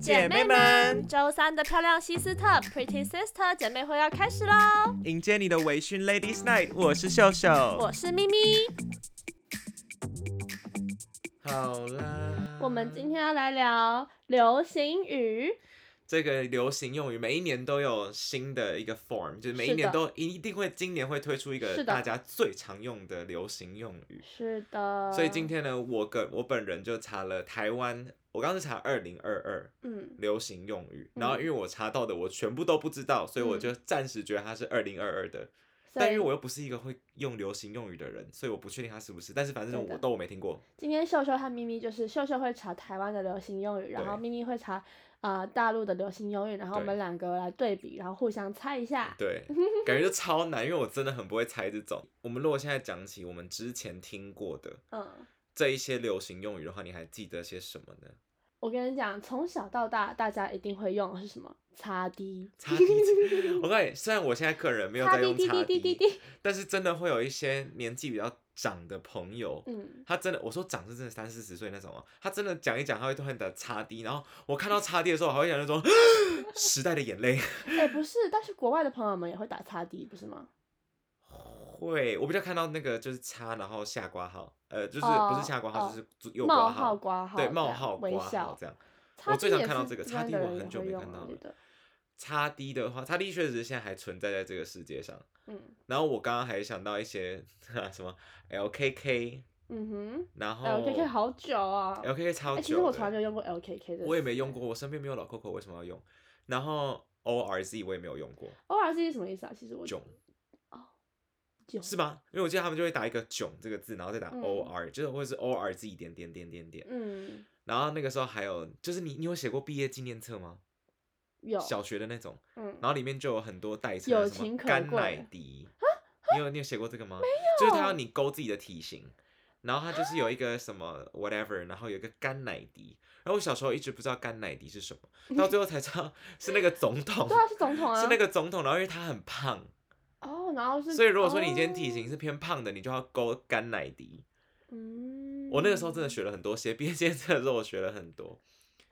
姐妹们，周三的漂亮西斯特 Pretty Sister 姐妹会要开始喽！迎接你的微醺 Ladies Night，我是秀秀。我是咪咪，好啦，我们今天要来聊流行语。这个流行用语每一年都有新的一个 form，就是每一年是的都一定会今年会推出一是个的大家最常用的流行用语。是的，所以今天呢，我跟我本人就查了台湾，我刚刚是查二零二二嗯，流行用语，嗯然后因为我查到的我全部都不知道，所以我嗯就暂时觉得它是二零二二的所但因以为我又不是一个会用流行用语的人，所以我不确定他是不是。但是反正对的我都我没听过。今天秀秀和咪咪就是秀秀会查台湾的流行用语，然后对咪咪会查啊、呃大陆的流行用语，然后我对们两个来对比，然后互相猜一下。对，感觉就超难，因为我真的很不会猜这种。我们如果现在讲起我们之前听过的嗯，这一些流行用语的话，你还记得些什么呢？我跟你讲，从小到大大家一定会用的是什么？擦滴，擦滴滴，我告诉你，虽然我现在个人没有擦在滴用滴擦滴滴滴滴，滴，但是真的会有一些年纪比较长的朋友，嗯，他真的，我说长是真的三四十岁那种哦，他真的讲一讲，他会突然的擦滴，然后我看到擦滴的时候，我还会想那种时代的眼泪。哎、不是，但是国外的朋友们也会打擦滴，不是吗？会，我比较看到那个就是叉，然后下挂号，呃，就是哦不是下挂号，哦就是左右冒挂号号，挂号，对，冒号微挂号笑这样。擦我最地常也看到是这个一叉般 D，的我人也很久会没用看啊到我觉了得。叉 D 的话，叉 D 确实现在还存在在这个世界上。嗯然后我刚刚还想到一些 什么 LKK，嗯哼然后，LKK 好久啊、哦。 LKK 超久哎、的、其实我从来没有用过 LKK 的，我也没用。过，我身边没有老 Coco，为什么要用？然后 ORZ 我也没有用过， ORC 是什么意思啊？其实我囧囧是？吗？因为我记得他们就会打一个囧这个字，然后再打嗯 OR，、就是或者是 ORZ 点点点点点，嗯，然后那个时候还有，就是你你有写过毕业纪念册吗？有。小学的那种，嗯，然后里面就有很多代称，友什么情可甘贵啊乃迪，你有你有写过这个吗？没有，就是他要你勾自己的体型，然后他就是有一个什么 whatever，然后有一个甘乃迪，然后我小时候一直不知道甘乃迪是什 么，到最后才知道是那个总统对，啊， 是总统啊。是那个总统，然后因为他很胖，哦，然后是。所以如果说你今天体哦，型是偏胖的，你就要勾甘乃迪。嗯，我那个时候真的学了很多，写毕业纪念册的时候我学了很多。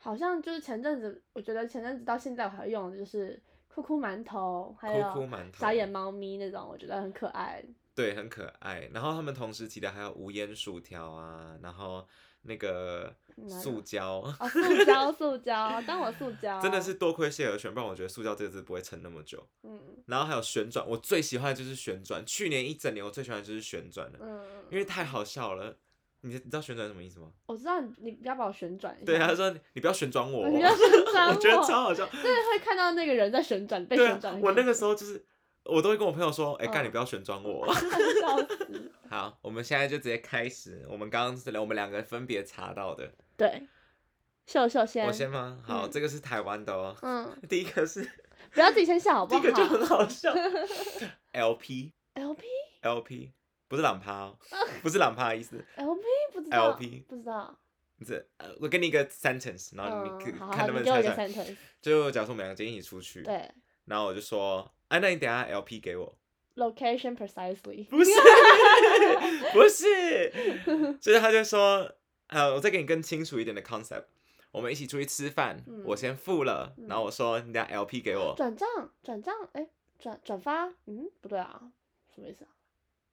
好像就是前阵子，我觉得前阵子到现在我还会用的就是酷酷馒头，还有酷酷馒头傻眼猫咪那种，我觉得很可 爱。对，很可爱。然后他们同时期的还有无烟薯条啊，然后那个嗯哪个塑胶， 哦，塑胶，塑胶，当我塑胶，真的是，多亏谢和弦，不然我觉得塑胶这个字不会撑那么久。嗯然后还有旋转，我最喜欢的就是旋转。去年一整年我最喜欢的就是旋转了，嗯，因为太好笑了。你你知道旋转是什么意思吗？我知道你，你不要把我旋转一下，对，他说你你不要旋转我哦，你不要旋转 我觉得我超好笑。真的会看到那个人在旋转，被对旋啊转，，我那个时候就是我都会跟我朋友说，哎、干嗯你不要旋转我。哦笑死， 好，我们现在就直接开始。我们刚刚是我们两个分别查到的，对，秀秀先，我先吗？好，嗯这个是台湾的哦。嗯， 第一个是，不要自己先笑好第不一个就好很好 笑。LP ？LP LP 不是懒趴哦，嗯 不是懒趴的意思。 LP 不知道 LP 不知道，这呃我给你一个 sentence，然后嗯你，看好好，看能你不能给我猜一个出来。 sentence，就假如说我们两个今天一起出去，对然后我就说，哎、那你等一下 LP 给 我。 ，location precisely，不是，不 是，就是他就说，呃，我再给你更清楚一点的 concept，我们一起出去吃饭，嗯我先付了，嗯然后我说你等下 LP 给我转账转账，哎，转转发，嗯，不对啊，什么意思啊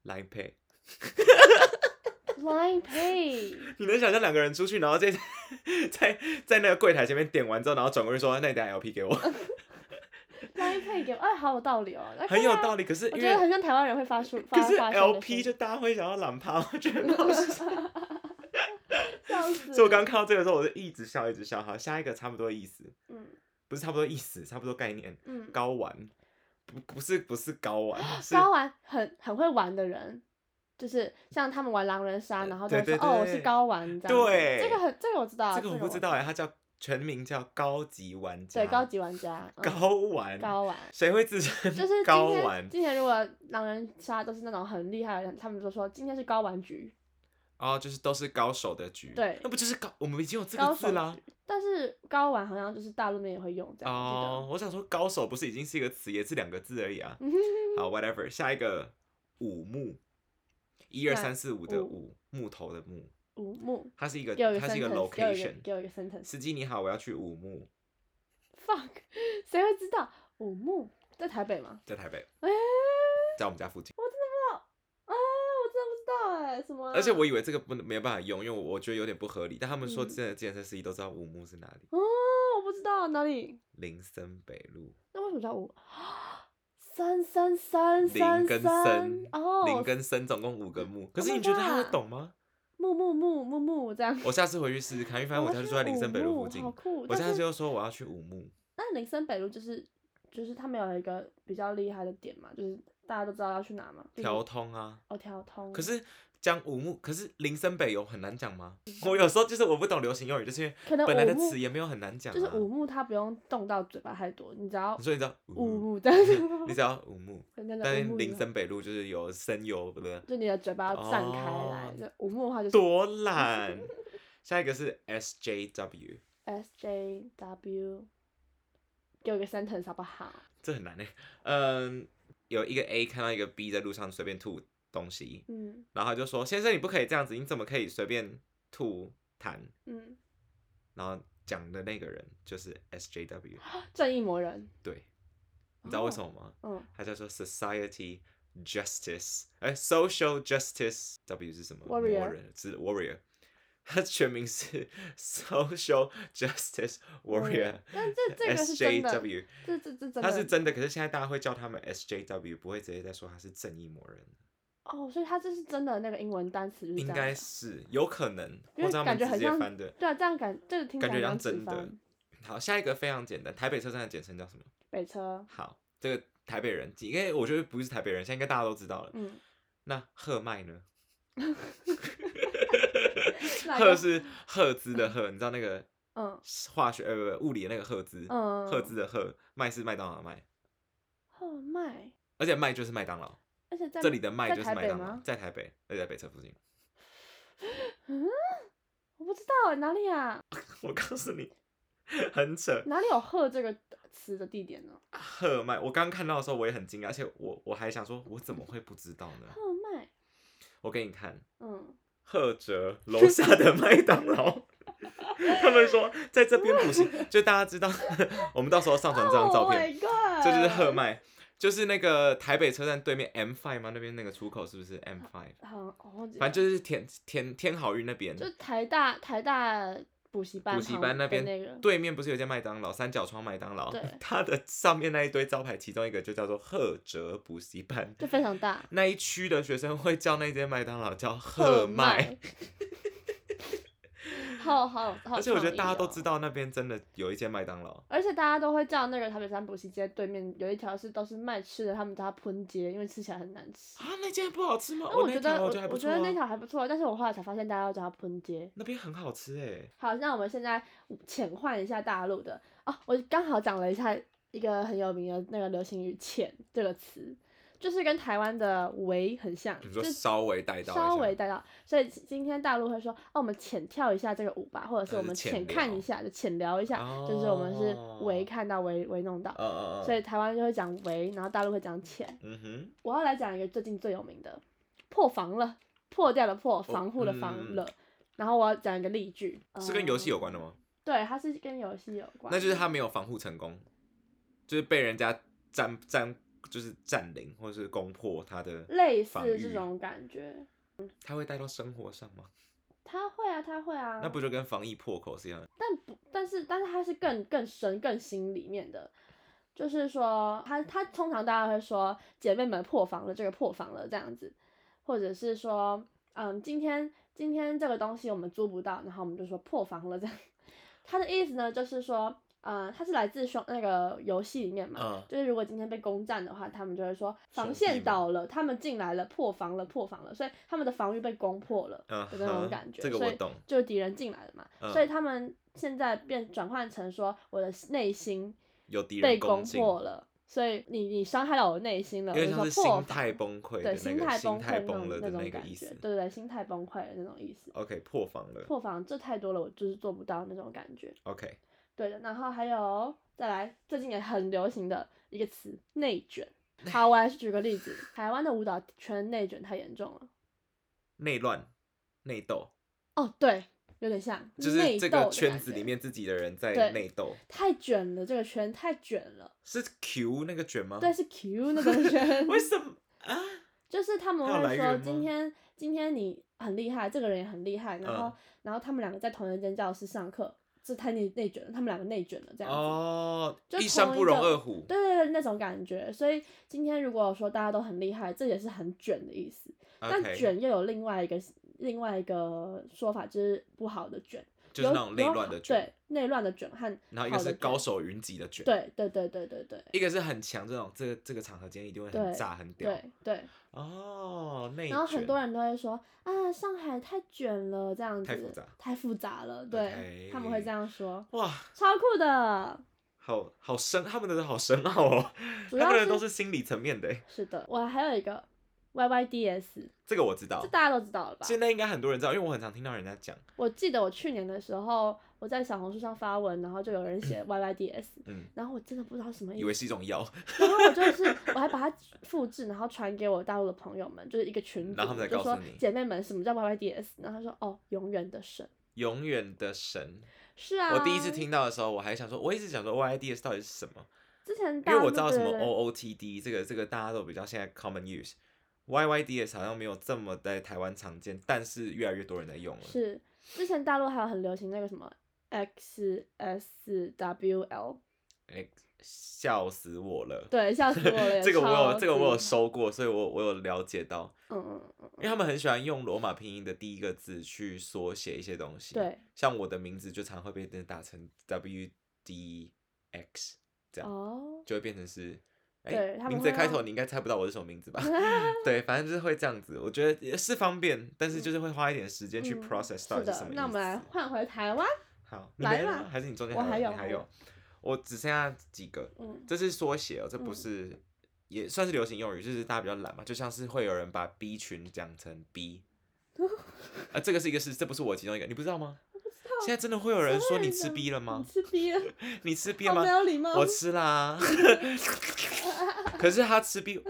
Line Pay， ？Line Pay， 你能想象两个人出去，然后在 在在那个柜台前面点完之后，然后转过去说，那你等下 LP 给我，啊 Line Pay 给我，哎，好有道理哦，哎很有对啊道理，可是我因觉得很为。像台湾人会发出发可是发生的 LP 事就大家会想要懒趴，我觉得很好 笑笑死。所以我刚刚看到这个时候，我就一直笑，一直笑。好，下一个差不多意思，嗯不是差不多意思，差不多概念。嗯，高玩，不不是不是高 玩，是高玩很很会玩的人，就是像他们玩狼人杀，然后就对会说对哦我对是高玩这样子。对这个很这个我知道啊，这个我不知知道道哎，它叫全名叫高级玩家，对，高级玩家，嗯高玩，高玩。谁会自称就是今高天，玩？今天如果狼人杀都是那种很厉害的人，他们就说今天是高玩局，哦，就是都是高手的局，对那不就是高？我们已经有这高个手字啦局。。但是高玩好像就是大陆那边也会用这样，哦，我想说高手不是已经是一个词，也是两个字而已啊。我记得。好，whatever，下一个五木，一二那三四五的五五，木头的木，五木，它是一个给我一个它是一个 sentence，给我一个 location。给我一个 sentence。司机你好，我要去五木， fuck，谁 会知道？五木在台北吗？在台北，哎、在我们家附近。哎，我真的不知道哎、什么啊、而且我以为这个不能没有办法用，因为我我觉得有点不合理。但他们说嗯真的健身司仪都知道五木是哪里，哦，我不知道哪里，林森北路，那为什么叫五？ 三三三三林跟三森林哦，跟森总共五个木。可 Oh 是 my 你觉得他会 god 懂吗？木木木木木这样。我下次回去试试看，因为反正我家就住在林森北路附近好。酷！我但下次是就说我要去五木，那林森北路就是就是他们有一个比较厉害的点嘛，就是大家都知道要去哪嘛，就是调通啊。哦调通。可是讲五木，可是林森北有很难讲吗？我有时候就是我不懂流行用语，就是因为可能本来五的木词也没有很难讲就是啊。五木，它不用动到嘴巴太多，你只要你说你知道五五木，木这样子， 你知道五木，人家但的是五木就林好，森北路就是有深有不对，就你的嘴巴要散开来哦。就五木的话就是多懒。 下一个是 S J W， S J W，给我一个 sentence 好不好？这很难呢。欸嗯，有一个 A 看到一个 B 在路上随便吐东西，嗯然后他就说：“先生，你不可以这样子，你怎么可以随便吐痰嗯，？”然后讲的那个人就是 S J W，正义魔人，对，你知道为什么？么吗？嗯，它叫做 Society Justice，哎，Social Justice W 是什么 Warrior 魔人是 Warrior，它 全名是 Social Justice Warrior。但 这这个是真的， SJW，这这这真的，它是真的，可是现在大家会叫他们 SJW，不会直接再说他是正义魔人，哦，所以它这是真的那个英文单词，就应是这样该的是有可能，或因为者他们感觉直很接像翻的。对啊，这样感这个听起感来觉像很直真的翻好，下一个非常简单，台北车站的简称叫什么？北车，好，这个台北人，应该我觉得不是台北人，现在应该大家都知道了。嗯，那赫麦 呢？哪赫个是赫兹的赫，你知道那个嗯化学呃不物理的那个赫兹，嗯，赫兹的赫，麦是麦当劳的麦，赫麦，而且麦就是麦当劳，而且在这里的麦在就是台麦北当劳，吗在台北，而且在北车附近。 嗯，我不知道哪里啊，我告诉你，很扯。哪里有赫这个词的地点呢？赫麦，我刚看到的时候我也很惊讶，而且我我还想说，我怎么会不知道呢？赫麦，我给你看，嗯，赫哲楼下的麦当劳。 他们说在这边补习，就大家知道， 我们到时候上传这张照片。 Oh my god，这就是赫，麦，就是那个台北车站对面 M five 吗？那边那个出口是不是 M five？好，哦我知反正道就是天天天好运那边，就台大台大补习班嗯补习旁班那的边那个，对面不是有一间麦当劳，三角窗麦当劳对，它的上面那一堆招牌，其中一个就叫做赫哲补习班。就非常大，那一区的学生会叫那间麦当劳叫赫赫 麦，，好好好，而且我觉得大家都道。知道那边真的有一间麦当劳，而且大家都会叫那个台北山补习街对面有一条是都是卖吃的，他们叫它喷街，因为吃起来很难吃。啊，那间不好吃吗？那我那觉条得我我觉得还不我觉错得那啊，条还不错，但是我后来才发现大家要叫它喷街。那边很好吃哎，好，那我们现在浅换一下大陆的哦，我刚好讲了一下一个很有名的那个流行语“浅”这个词，就是跟台湾的“围”很像，你就说稍微带到一下，稍微带到，所以今天大陆会说，哦，我们浅跳一下这个舞吧，或者是呃我们浅浅看聊一下，就浅聊一下，就是我们是哦围看到围围弄到嗯，，嗯嗯所以台湾就会讲围，然后大陆会讲浅。嗯哼，我要来讲一个最近最有名的，破防了，破掉的破，防护的嗯防了。然后我要讲一个例句，是跟游戏有关的吗？吗？对，它是跟游戏有关的。那就是他没有防护成功，就是被人家占占，就是占领或是攻破他的类似防这御种感觉。他会带到生活上吗？他会啊，他会啊。那不就跟防疫破口是一样的？但不，但是但是它是更更深更心里面的，就是说，他他通常大家会说姐妹们破防了，这个破防了这样子，或者是说，嗯，今天今天这个东西我们租不到，然后我们就说破防了这样。 他的意思呢，就是说，嗯，它是来自双那个游戏里面嘛，嗯就是如果今天被攻占的话，他们就会说防兄弟线们倒了，他们进来了，破防了，破防了，所以他们的防御被攻破了。嗯的那种 哼感觉，这个所我以懂。就敌人进来了嘛，嗯所以他们现在变转换成说我的内心有敌人被攻攻进，破了，所以你你伤害到我的内心了，因我为就像说是破心防态崩溃的对，那个心态崩溃那崩种了的那种个感意觉，思。对对对，心态崩溃的那种意思。 OK，破防了。破防这太多了，我就是做不到那种感觉。 OK，对的，然后还有再来，最近也很流行的一个词“内卷”。好，我来举个例子，台湾的舞蹈圈内卷太严重了。内乱、内斗，哦，对，有点像就是内这斗个的圈感子觉里面自己的人在对内斗，太卷了，这个圈太卷了，是 Q 那个卷吗？对，，是 Q 那个圈，哦 为什么啊？就是他们它有来会说源吗今天今天你很厉害，这个人也很厉害，然后、嗯然后他们两个在同一间教室上课，这太内内卷了，他们两个内卷了这样子。哦，就一山同不一容个二虎，对对对，那种感觉。所以今天如果说大家都很厉害，这也是很卷的意思。但 OK，卷又有另外一个另外一个说法，就是不好的卷，就是有那种内有乱好的卷，对，内乱的卷和然后一个好的是高卷手云集的卷，，对对对对对对一个是很强这种，这个这个场合今天一定会很对炸很屌对对。哦，内然后很多人人都会说啊，上海太卷了，这样子太复杂太复杂了。对他们会这样说，哇，超酷的。好好深，他们的好深奥哦，主他要们的是都是心理层面的欸，是的，我还有一个 Y Y D S，这个我知道这，大家都知道了吧？现在应该很多人知道，因为我很常听到人家讲，我记得我去年的时候，我在小红书上发文，然后就有人写 Y Y D S，嗯，然后我真的不知道什么意以思，为是一种药，然后我就是我还把它复制，然后传给我大陆的朋友们，就是一个群组然后他们，才就告诉说你姐妹们什么叫 Y Y D S，然后他说哦，永远的神，永远的神。是啊，我第一次，听到的时候，我还想说，我一直想说 YIDS 到底是什么，之前因大为陆我知道什么哦对对对 OOTD 这个这个大家都比较现在 common use。YYDS 好像没有这么在台湾常见，但是越来越多人在用了。是之前大陆还有很流行那个什么 X S W L，哎，笑死我了！对，笑死我 了，这个我有超这个我有级，收过，所以我我有了解到，嗯嗯嗯，因为他们很喜欢用罗马拼音的第一个字去缩写一些东西。，对，像我的名字就常会被人打成 WDX，这样哦，就会变成是。哎对他，们名字的会开头让你应该猜不到我是什么名字 吧？对，反正就是会这样子。我觉得也是方便，但是就是会花一点时间去嗯 process 到是底是什的么意，思。那我们来换回台湾。好，你来没了吧吗还是你中间我还还有你还还有有，我只剩下几个，嗯这是缩写哦，这不嗯是、也算是流行用语，就是大家比较懒嘛，就像是会有人把 B 群讲成 B，啊，这个是一个事，这不是我其中一个，你不知道吗？现在真的会有人说你吃 B 了你吗？吃 瘪了，你吃 B 好吗没？有礼貌。我吃 啦。可是他吃 B，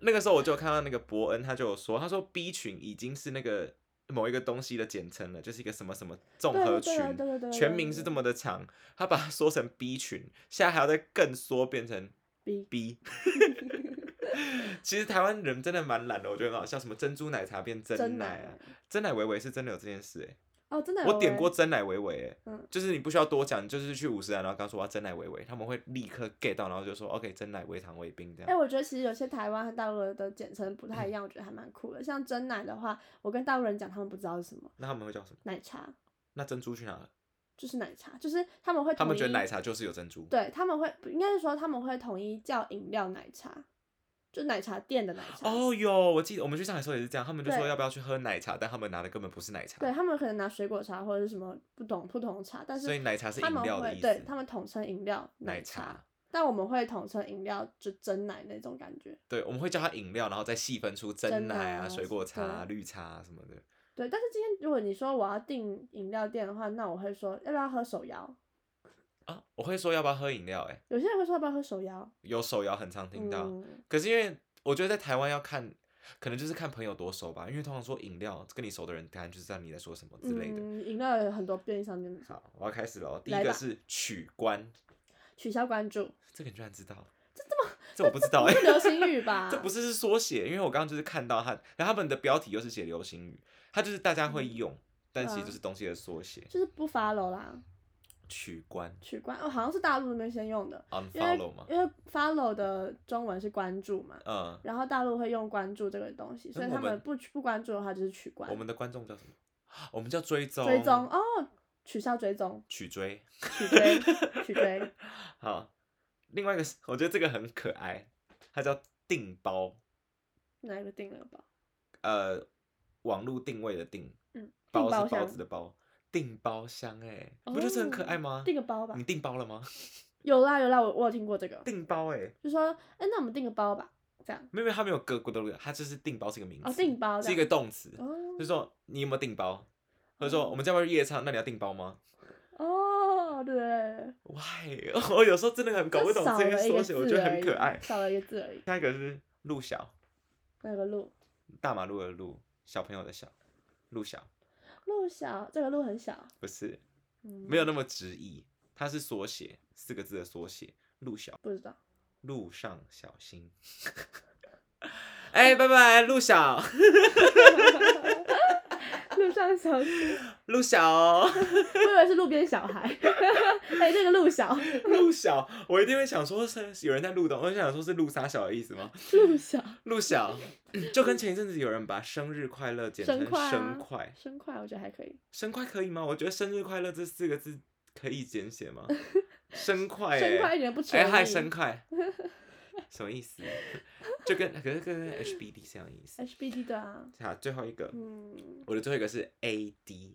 那个时候我就有看到那个伯恩，他就有说，他说 B 群已经是那个某一个东西的简称了，就是一个什么什么综对合对群对对对对，全名是这么的长，他把它缩成 B 群，现在还要再更缩变成 B B。其实台湾人真的蛮懒的，我觉得很好笑，什么珍珠奶茶变真真奶啊，真奶维维是真的有这件事哎、哦，真的有我点欸过真奶维维哎，嗯就是你不需要多讲，你就是去五十兰，然后刚说我要真奶维维，他们会立刻 get 到，然后就说 OK 真奶维糖维冰这哎，样，我觉得其实有些台湾和大陆的简称不太一样，我觉得还蛮酷的。像真奶的话，我跟大陆人讲，他们不知道是什么那他们会叫什么？奶茶，那珍珠去哪了？就是奶茶，就是他们会他们统觉得一奶茶就是有珍珠，对，他们会应该是说他们会统一叫饮料奶茶，就奶茶店的奶茶。哦，有，我记得我们去上海的时候也是这样，他们就说对要不要去喝奶茶，但他们拿的根本不是奶茶，对他们可能拿水果茶或者是什么不懂不同茶，但是所以奶茶是他饮们料的会意对思他们统称饮料奶茶茶，但我们会统称饮料就真奶那种感觉。对，我们会叫它饮料，然后再细分出真真奶奶啊、啊水果茶、啊、对绿茶、啊、什么的。对，但是今天如果你说我要订饮料店的话，那我会说要不要喝手摇？啊，我会说要不要喝饮料、欸？哎，有些人会说要不要喝手摇？有手摇很常听到，嗯、可是因为我觉得在台湾要看，可能就是看朋友多熟吧，因为通常说饮料跟你熟的人，当然就知道你在说什么之类的。嗯，饮料有很多便利商店好，我要开始了哦。第一来个吧是取关，取消关注，这个你居然知道？这这么？这我不知道哎、是流行语 吧？这不是是缩写，因为我刚刚就是看到它，然后他们的标题又是写流行语，它就是大家会用，但其实嗯就是东西的缩写。就是不 follow 啦，取关取关哦，好像是大陆那边先用的，因为，unfollow 嘛，因为 follow 的中文是关注嘛，嗯，然后大陆会用关注这个东西，所以那我他们们不取不关注的话就是取关我，们的观众叫什么？ 我们叫追踪，追踪哦，取消追踪，取追。取 追 取追，好，另外一个是我觉得这个很可爱，它叫定包，哪一个定了吧？呃，网络定位的定，嗯，包订是包包厢子的包，定包厢哎、不就是很可爱吗哦？订个包吧你，订包了吗？有啦有啦，我我有听过这个，定包哎、欸，就说哎，那我们订个包吧，这样没有没有，它没有各国的，它就是定包是一个名词，哦，订包是一这个样动词，哦就是说你有没有订包，或者说我们要不要去夜唱，那你要订包吗哦，对对，对？Why？我 有时候真的很搞不就懂少这些了一缩个写，字我觉得而很已可爱。少了一个字而已，下一个是陆小，那个路。大马路的路，小朋友的小，陆小。鹿小，这个鹿很小，不是，嗯，没有那么直译，它是缩写，四个字的缩写，路小，不知道。 路上小心。 哎、拜拜，路小，路上小，我以路 小，为是路边小孩，哎、这个路小，路小，我一定会想说是有人在路东，我就想说是路撒小的意思吗？路小，路小，就跟前一阵子有人把生日快乐简生成快啊生快，生快，我觉得还可以。生快可以吗？我觉得生日快乐这四个字可以简写吗？ 生快、欸，生快一点不吃哎，嗨，力生 快，什么意思？就跟可是跟 HBD 是一样的意思。 HBD 对啊，好，最后一个，嗯，我的最后一个是 AD，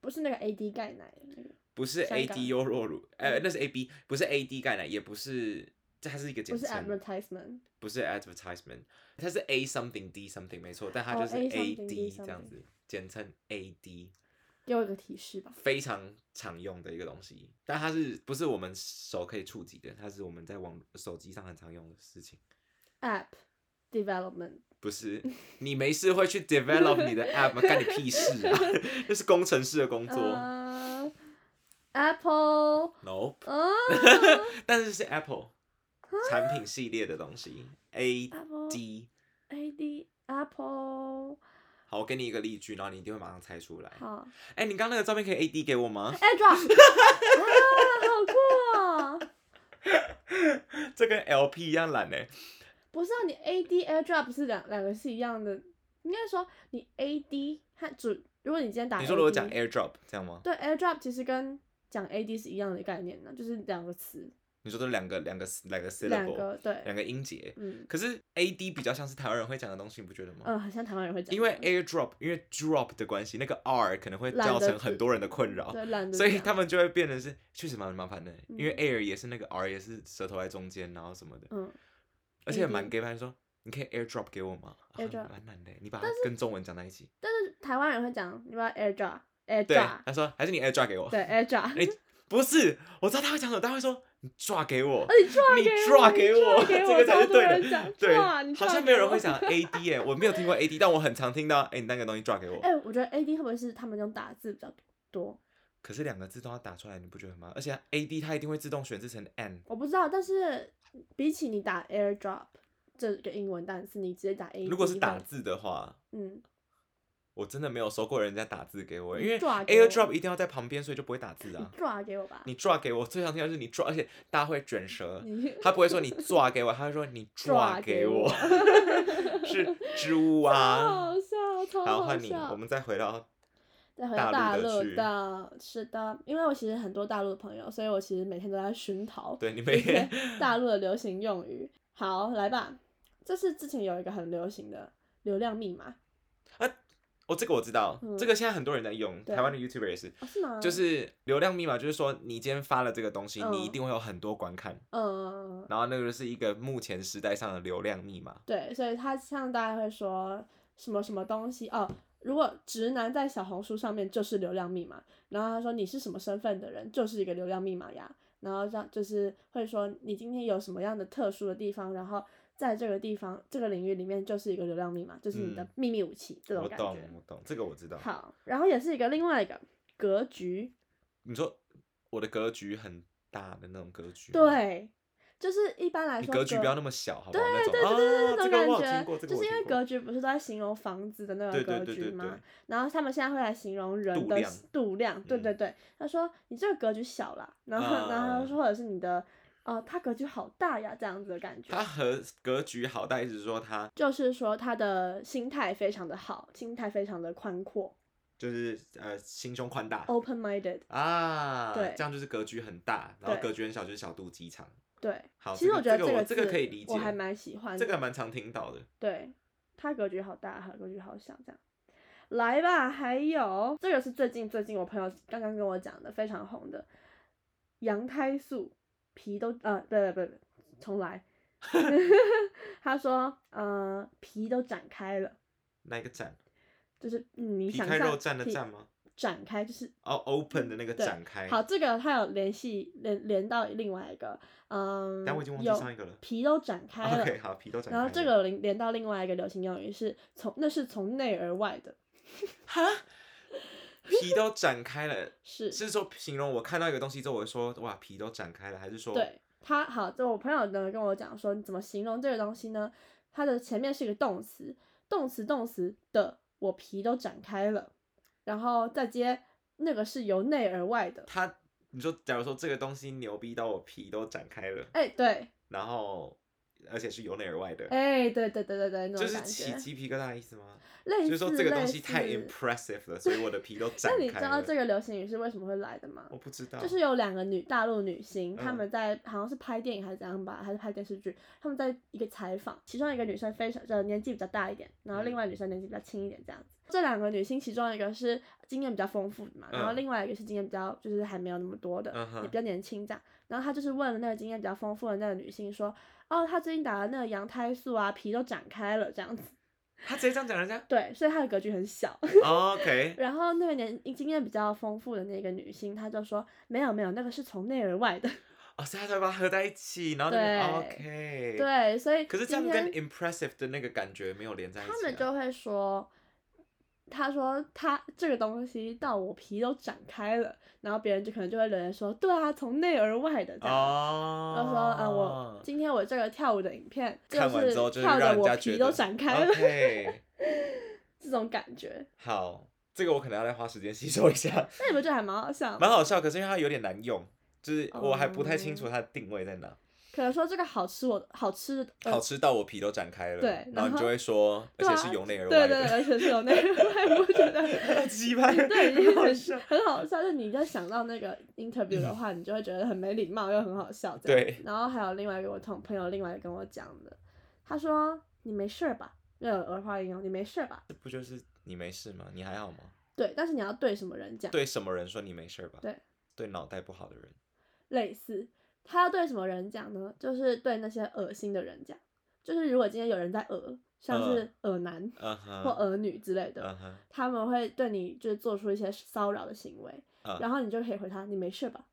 不是那个 AD 钙奶那个，不是香港 AD 优若乳，呃，嗯那是 AB，不是 AD 钙奶，也不是，这它是一个不简是称， advertisement，不是 advertisement，它是 A something D something 没错，但它哦就是，A something D AD 这样 something 子，简称 AD。给我一个提示吧。非常常用的一个东西，但它是不是我们手可以触及的？它是我们在网手机上很常用的事情。 App development，不 是，你没事会去 develop 你的 app 吗？干你屁事 啊！那是工程师的工作。呃，Apple， no， 嗯但是是 Apple 产品系列的东啊西。A ，Apple D， AD Apple，好，我给你一个例句，然后你一定会马上猜出来。好 哎、你刚刚那个照片可以 A D 给我吗？ ，AirDrop，啊，好酷哦！这跟 L P 一样懒呢、不是啊，你 AD AirDrop 不是两两个是一样的，应该说你 AD 和主，如果你今天打，你说如果讲 AirDrop 这样吗？啊对 AirDrop 其实跟讲 AD 是一样的概念呢，就是两个词，你说这两个两个两个两 syllable，个对，两个音节。嗯可是 A D 比较像是台湾人会讲的东西，你不觉得吗？嗯，好像台湾人会讲这因样，为 airdrop，因为 drop 的关系，那个 R 可能会懒造得成很多人的困扰，对懒得所以讲他们就会变成是确实蛮麻烦的。因为嗯 air 也是那个 R 也是舌头在中间，然后什么的，嗯，而且 AD 蛮 gay 派说。你可以 airdrop 给我吗？啊 airdrop 蛮难的，你把它跟中文讲在一起。但是台湾人会讲，你把 AirDrop 对， AirDrop 他说还是你 airdrop 给我。对 AirDrop，哎，不是，我知道他会讲什么，他会说你 drop 给我。而哦你抓你给抓我，给我，我这个才超是多对的人讲对抓，哎你，好抓像给没有人我会讲 AD 耶、欸我没有听过 AD，但我很常听到，哎、你那个东西 drop 给我。 哎、我觉得 AD 会不会是他们用打字比较多？可是两个字都要打出来，你不觉得吗？而且 A D 它一定会自动选字成 N，我不知道，但是比起你打 AirDrop 这个英文单词，你直接打 A，如果是打，字的话，嗯，我真的没有收过人家打字给我，因为你 draw 给我 AirDrop 一定要在旁边，所以就不会打字你啊。抓给我吧，你 draw 给我，最常听到是你 draw，而且大家会卷舌，你他不会说你抓给我，他会说你 抓抓给我我， 是猪好啊。好笑，超好，好换你，我笑。们再回 到再回大到陆大的陆去的，是的，因为我其实很多大陆的朋友，所以我其实每天都在熏陶。对你一些 们大陆的流行用语。好，来吧，这是之前有一个很流行的流量密码，哦，这个我知道，嗯这个现在很多人在用，对台湾的 YouTuber 也是，哦、是吗？就是流量密码，就是说你今天发了这个东西，嗯你一定会有很多观看。嗯，然后那个就是一个目前时代上的流量密码。对，所以他像大家会说什么什么东西哦。如果直男在小红书上面就是流量密码，然后他说你是什么身份的人，就是一个流量密码呀。然后让就是会说你今天有什么样的特殊的地方，然后在这个地方这个领域里面就是一个流量密码，就是你的嗯秘密武器、这种我感觉。懂，我懂，这个我知道。好，然后也是一个另外一个格局，你说我的格局很大的那种格局，，对，就是一般来你说格局不要那么小，好不好？对那种对对对啊，对，这那种个感我有听觉，过，这个就我是因为听过格局不是都在形容房子的那对个对格对局对对吗？然后他们现在会来形容人度的量嗯度量，对对对。他说你这个格局小啦，然后、然后啊他说或者是你的，呃，他格局好大呀，这样子的感觉它。和格局好大，意思是说它就是说他的心态非常的好，心态非常的宽阔就是呃心胸宽大，open minded。啊，哦对这样就是格局很大，然后对格局很小就是小肚鸡肠。对，好其实这个我觉得这个我这这个字可以理我解还蛮喜欢的。这个蛮常听到的，对，他格局好大，他格局好小，这样。来吧，还有这个是最近最近我朋友刚刚跟我讲的，非常红的，羊胎素皮都呃，对对对，重来。 他说，呃，皮都展开了，那个展？就是、嗯、你皮想开象肉绽的皮绽吗？哎展开就是哦，open 的那个嗯对展开。好，，这个它有联系连连到另外一个，嗯，但我已经忘记有上一个了皮都展开了 OK，好，皮都展开了。然后这个连连到另外一个流行用语是从那是从内而外的，哈，皮都展开了，是是说形容我看到一个东西之后，我会说哇皮都展开了，还是说对他好，就我朋友呢跟我讲说，你怎么形容这个东西呢？它的前面是一个动词，动词动词的，我皮都展开了，然后再接那个是由内而外的。他？你说假如说这个东西牛逼到我皮都展开了，哎、对，然后而且是由内而外的，哎、对对对对对，那就种是感起觉，鸡皮疙瘩的意思吗？类就似是说这个东类西太似 impressive 了，所以我的 皮都展那你知开道了。这个流行语是为什么会来的吗我？不知道，就是有两个女大陆女星，她嗯们在好像是拍电影还是怎样吧，还是拍电视剧，她们在一个采访，其中一个女生非常呃年纪比较大一点，然后嗯另外女生年纪比较轻一点这样子。这两个女星其中一个是经验比较丰富的嘛，然后嗯另外一个是经验比较就是还没有那么多的，嗯也哼比较年轻这样。然后她就是问了那个经验比较丰富的那个女性说，哦，她最近打了那个羊胎素啊，皮都展开了这样子。 他直接这样讲人 家哦对，所以她的格局很小。 ，OK， 然后那个年经验比较丰富的那个女性，她就说没有没有，那个是从内而外的。哦，所以他才把它合在一起，然后那边 OK，。对，所以可是这今样跟天 impressive 的那个感觉没有连在一起、啊。他们就会说，他说他这个东西到我皮都展开了，然后别人就可能就会留言说，对啊，从内而外的这样。哦，就说，嗯，我今天我这个跳舞的影片，看完是之后就是跳让的人我家觉皮得哦都展开了 OK，这种感觉，好，这个我可能要再花时间吸收一下，那你不觉得还蛮好笑吗？蛮好笑，可是因为它有点难用，就是我还不太清楚哦它的定位在哪。可能说这个好吃我，好吃，呃好吃到我皮都展开了，对然后然你后就会说，而对且啊是由内而对外对，的，而且是有内而外，我觉得 鸡排， 对，已很经好很笑嗯很好笑。就你在想到那个 interview 的话，你就会觉得很没礼貌又很好笑。这样对。然后还有另外一个我同朋友另外一个跟我讲的，他说你没事儿吧？那个儿化音哦，你没事儿吧？这不就是你没事吗？你还好吗？对，但是你要对什么人讲？对什么人说你没事吧？对，对脑袋不好的人，类似，他要对什么人讲呢？就是对那些恶心的人讲。就是如果今天有人在恶，像嗯是恶男嗯或哼，恶女之类的，嗯哼，他们会对你就是做出一些骚扰的行为，嗯然后你就可以回他你没事吧？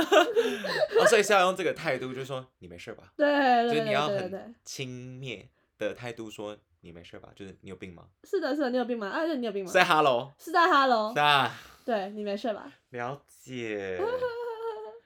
哦，所以是要用这个态度，就是说你没事吧，对对就是对你要对对对对很，轻蔑的态度说你没事吧，就是你有病吗？是的，是的，你有病吗？啊，对，你有病吗？哦 say hello，是在 Hello，那对你没事吧？ 了解。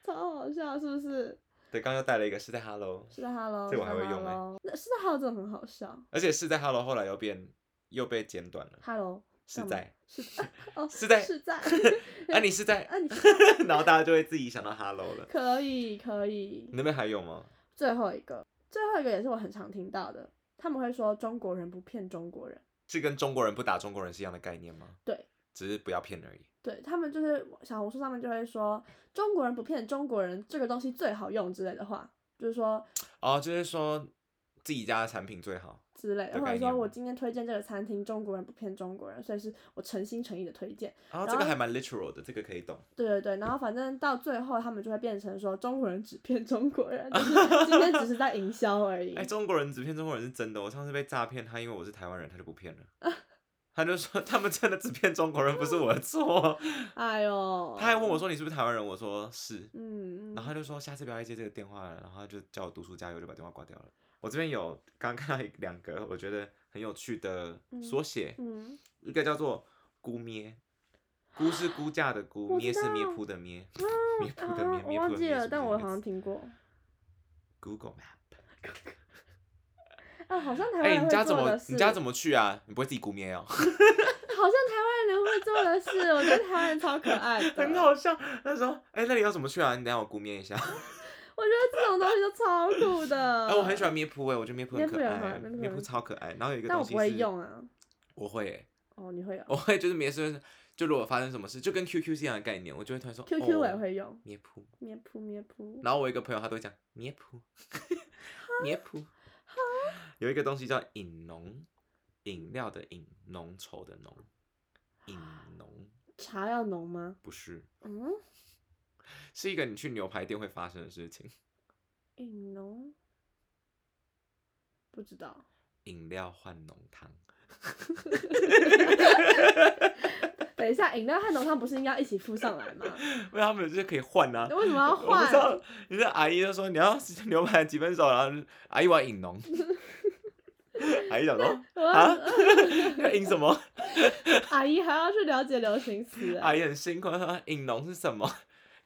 超好笑，是不是？对，刚刚又带了一个是在 hello，是在 Hello，这是我在还会用欸 Hello，那是在 Hello 真的很好笑。而且是在 hello 后来又变又被剪短了， Hello 是干嘛在。是在哦是在是在 啊，你是在，啊你是在然后大家就会自己想到 hello 了。可以可以你。那边还有吗？最后一个，最后一个也是我很常听到的，他们会说中国人不骗中国人，是跟中国人不打中国人是一样的概念吗？对，只是不要骗而已。对他们就是小红书上面就会说中国人不骗中国人这个东西最好用之类的话，就是说哦，就是说自己家的产品最好。哦之类的的，或概者说念我吗今天推荐这个餐厅，中国人不骗中国人，所以是我诚心诚意的推荐。然后然这个后还蛮 literal 的，这个可以懂。对对对，然后反正到最后他们就会变成说中国人只骗中国人，就是今天只是在营销而已 哎、。中国人只骗中国人是真的。我上次被诈骗，他因为我是台湾人，他就不骗 了。他就说他们真的只骗中国人，不是我的错。哎呦，他还问我，说你是不是台湾人，我说是。嗯，然后他就说下次不要再接这个电话了，然后他就叫我读书加油，就把电话挂掉了。我这边有刚刚看到一两个我觉得很有趣的嗯缩写， 嗯，一个叫做“估咩”，估是估价的估，我咩知是咩道扑的咩，咩扑的啊咩，，我咩扑忘的记咩了，是但不我是好像听过。 Google Map。啊，好像台湾哎，人你会家怎做么的事，你家怎么去啊？你不会自己估咩哦？ 好像台湾人会做的事，我觉得台湾人超可爱 的。很好笑。他说：“哎，那里要怎么去啊？你等一下我估咩一下。嗯我觉得这种东西都超酷的。 哎，我很喜欢咩扑哎，我觉得咩扑很咩可扑也很爱，好咩扑咩扑很超可爱。然后有一个但东我西不会是用啊。我会哎，哦，你会有我会就是没事，就如果发生什么事，就跟 QQ 是一样的概念，我就会突然说？QQ 我也哦会用，咩扑。咩噗咩噗。然后我有一个朋友他都会讲咩 扑，咩扑。有一个东西叫饮浓，饮料的饮，浓稠的浓，饮浓茶要浓吗？不是，嗯，是一个你去牛排店会发生的事情。饮浓，不知道，饮料换浓汤，等一下，饮料和浓汤不是应该一起附上来吗？ 为他们就是可以换啊。那为什么要我不知道换？， 你的阿姨就说你要牛排几分熟，然后阿姨我要饮浓，阿姨想 说我啊，要引什么？ 阿姨还要去了解流行词、阿姨很啊辛苦，她说引农是什么？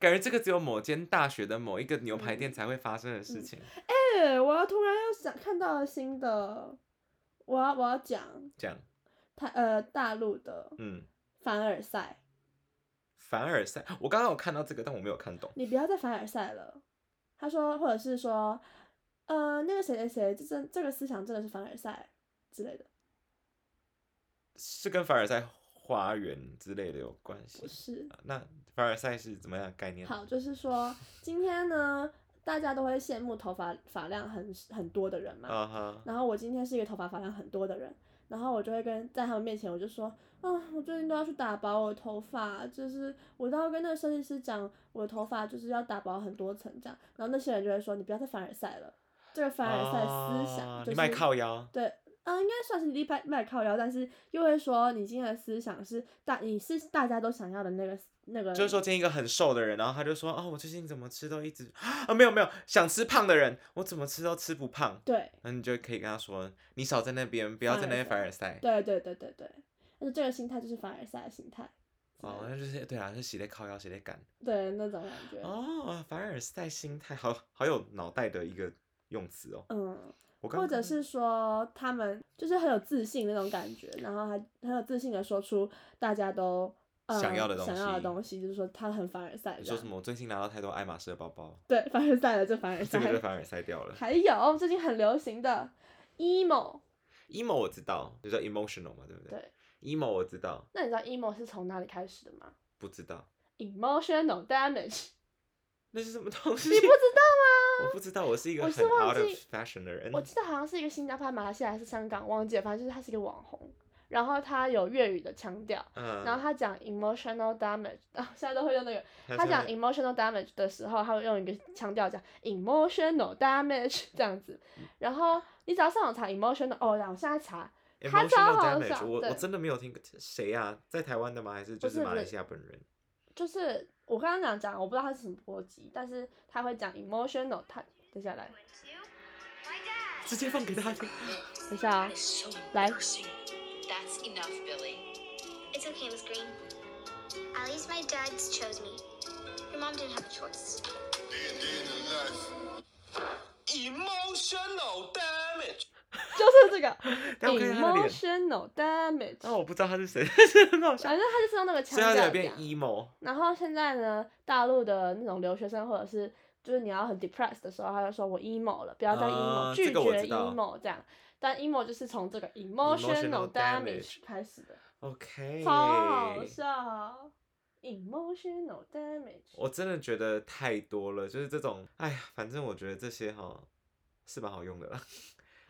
感觉这个只有某间大学的某一个牛排嗯店才会发生的事情。哎、我要突然又想看到了新的，我要我要讲这样，台呃大陆的嗯，凡尔赛，凡尔赛，我刚刚有看到这个，但我没有看懂。你不要再凡尔赛了。他说，或者是说，呃，那个谁谁谁，这真这个思想真的是凡尔赛之类的，是跟凡尔赛花园之类的有关系不。是。啊那凡尔赛是怎么样的概念？好，就是说今天呢，大家都会羡慕头发发量很很多的人嘛。啊哈，然后我今天是一个头发发量很多的人，然后我就会跟在他们面前，我就说，啊，我最近都要去打薄我的头发，就是我都要跟那个设计师讲，我的头发就是要打薄很多层这样。然后那些人就会说，你不要再凡尔赛了，这个凡尔赛思想、啊就是你卖靠腰，对，啊、应该算是立派卖靠腰，但是又会说你今天的思想是大，你是大家都想要的那个那个，就是说见一个很瘦的人，然后他就说啊、我最近怎么吃都一直啊，没有没有，想吃胖的人，我怎么吃都吃不胖。对那你就可以跟他说，你少在那边，不要在那边凡尔赛。对对对对对，但是这个心态就是凡尔赛的心态，哦，那就是对啊，是洗在靠腰，洗在干。对那种感觉，哦，凡尔赛心态，好好有脑袋的一个用词哦。嗯。我刚或者刚是说他们就是很有自信那种感觉，然后还很有自信的说出大家都、呃、想要的东想要的西东西，就是说他很凡尔赛你这说样。什么？我最近拿到太多爱马仕的包包， 对，凡尔赛了就凡尔这赛。个就凡尔赛掉了。 还有最近很流行的 emo， emo 我知道，就叫 emotional 嘛，对不对？对。 emo 我知道，那你知道 emo 是从哪里开始的吗不知道？Emotional damage，那是什么东西？你不知道 我不知道，我是一个我很是忘 out of 嗯记 fashion 的人吗？我。记得好像是一个新加坡、马来西亚还是香港，忘记了，反正就是他是一个网红，然后他有粤语的腔调，嗯，然后他讲 emotional damage，啊， 现在都会用那个。他现讲在 emotional damage 的时候，他会用一个腔调讲 emotional damage 这样子。然后你只要上网查 emotional，哦，然后我现在查，他超 emotional 好 damage，笑我我对真的没有听过谁啊，在台湾的吗？还是就不是是马不来是西亚本人？ 就是我刚刚讲讲，我不知道他是什么波及，但是他会讲 emotional，他等下来，直接放给大家 听。等下啊 That，is so Like- embarrassing. That's enough, Billy. It's okay, Miss Green. At least my dad chose me. Your mom didn't have a choice. Emotional damage. 就是这个等一下我看一下他的脸 emotional 那 damage。我不知道他是谁， 很好笑。反正他就是用那个所腔以他呃调有变讲。 emo，然后现在呢，大陆的那种留学生或者是就是你要很 depressed 的时候，他就说我 emo 了，不要再 emo，、啊拒这个我绝知道 emo 这样。但 emo 就是从这个 Emotional damage emotional damage 开始的， OK，超好笑。emotional damage，我真的觉得太多了，就是这种，哎呀，反正我觉得这些哈是蛮好用的啦。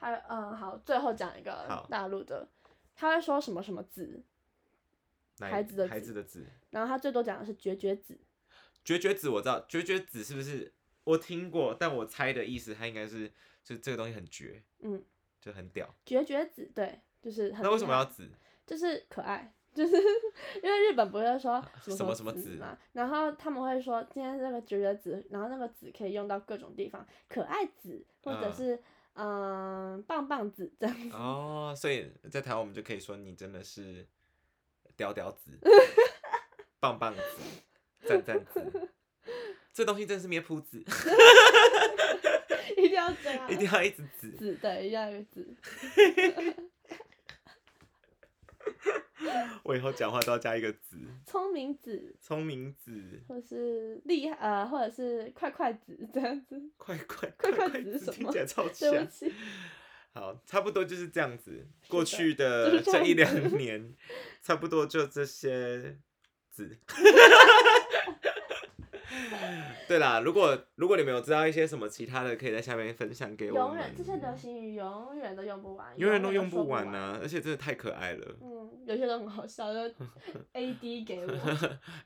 还有嗯好，最后讲一好个大陆的，他会说什么什么子，哪一孩子的孩子子的子，然后他最多讲的是绝绝子，绝绝子我知道，绝绝子是不是我听过？但我猜的意思，它应该是就这个东西很绝，嗯，就很屌。绝绝子对，就是很那为什厉么害要子？就是可爱，就是 因为日本不是说啊什什么么什么子子嘛，然后他们会说今天这个绝绝子，然后那个子可以用到各种地方，可爱子或者嗯是嗯、棒棒子这样子，哦，所以在台湾我们就可以说你真的是屌屌 子、棒棒子、赞赞子，这东西真是咩噗子， 一定要这样，一定要一直子。子对，一定要有子，我以后讲话都要加一个子，聪明子聪明子，或是厉害呃，或者是快快子这样子，快快快快快子是子，什听么起来超对不像。起， 好，差不多就是这样子。过是的去就的是这这一样子两年， 差不多就这些字。 对啦，如果如果你们有知道一些什么其他的，可以在下面分享给我永们。远这些流行语永远都用不完，永远都说用不不完啊呐、而且真的太可爱了。嗯，有些都很好笑， 就 AD 给我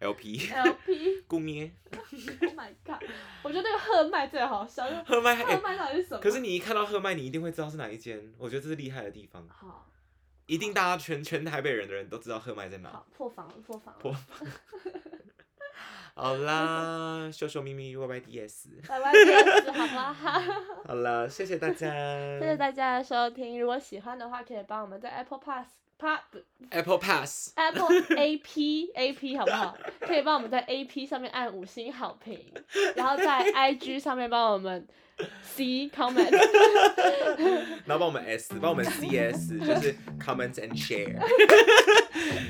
LP， LP。 顾咩， Oh my god！我觉得那个赫麦最好笑，就赫麦，哎、赫麦到底是什么？可是你一看到赫麦，你一定会知道是哪一间。我觉得这是厉害的地方，好一啊定大家全全台北人的人都知道赫麦在哪。好破防了，破防了。破好啦，秀秀咪咪 Y Y D S，拜拜，好 啦，好了，谢谢大家，谢谢大家的收听。如果喜欢的话，可以帮我们在 Apple Pass Pop Apple Pass， Apple A P A P 好不好？可以帮我们在 A P 上面按五星好评，然后 在 I G 上面帮我们 C comment。然后帮我们 S，帮我们 C S，就是 comment and share。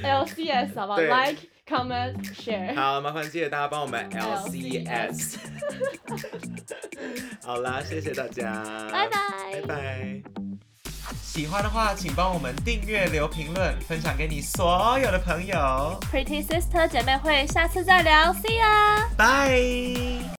LCS 好不好对？Like、comment、share。好，麻烦记得大家帮我们 LCS LCS。好啦，谢谢大家，拜拜拜拜。喜欢的话，请帮我们订阅、留评论、分享给你所有的朋友。 Pretty Sister 姐妹会，下次再聊，See ya。拜。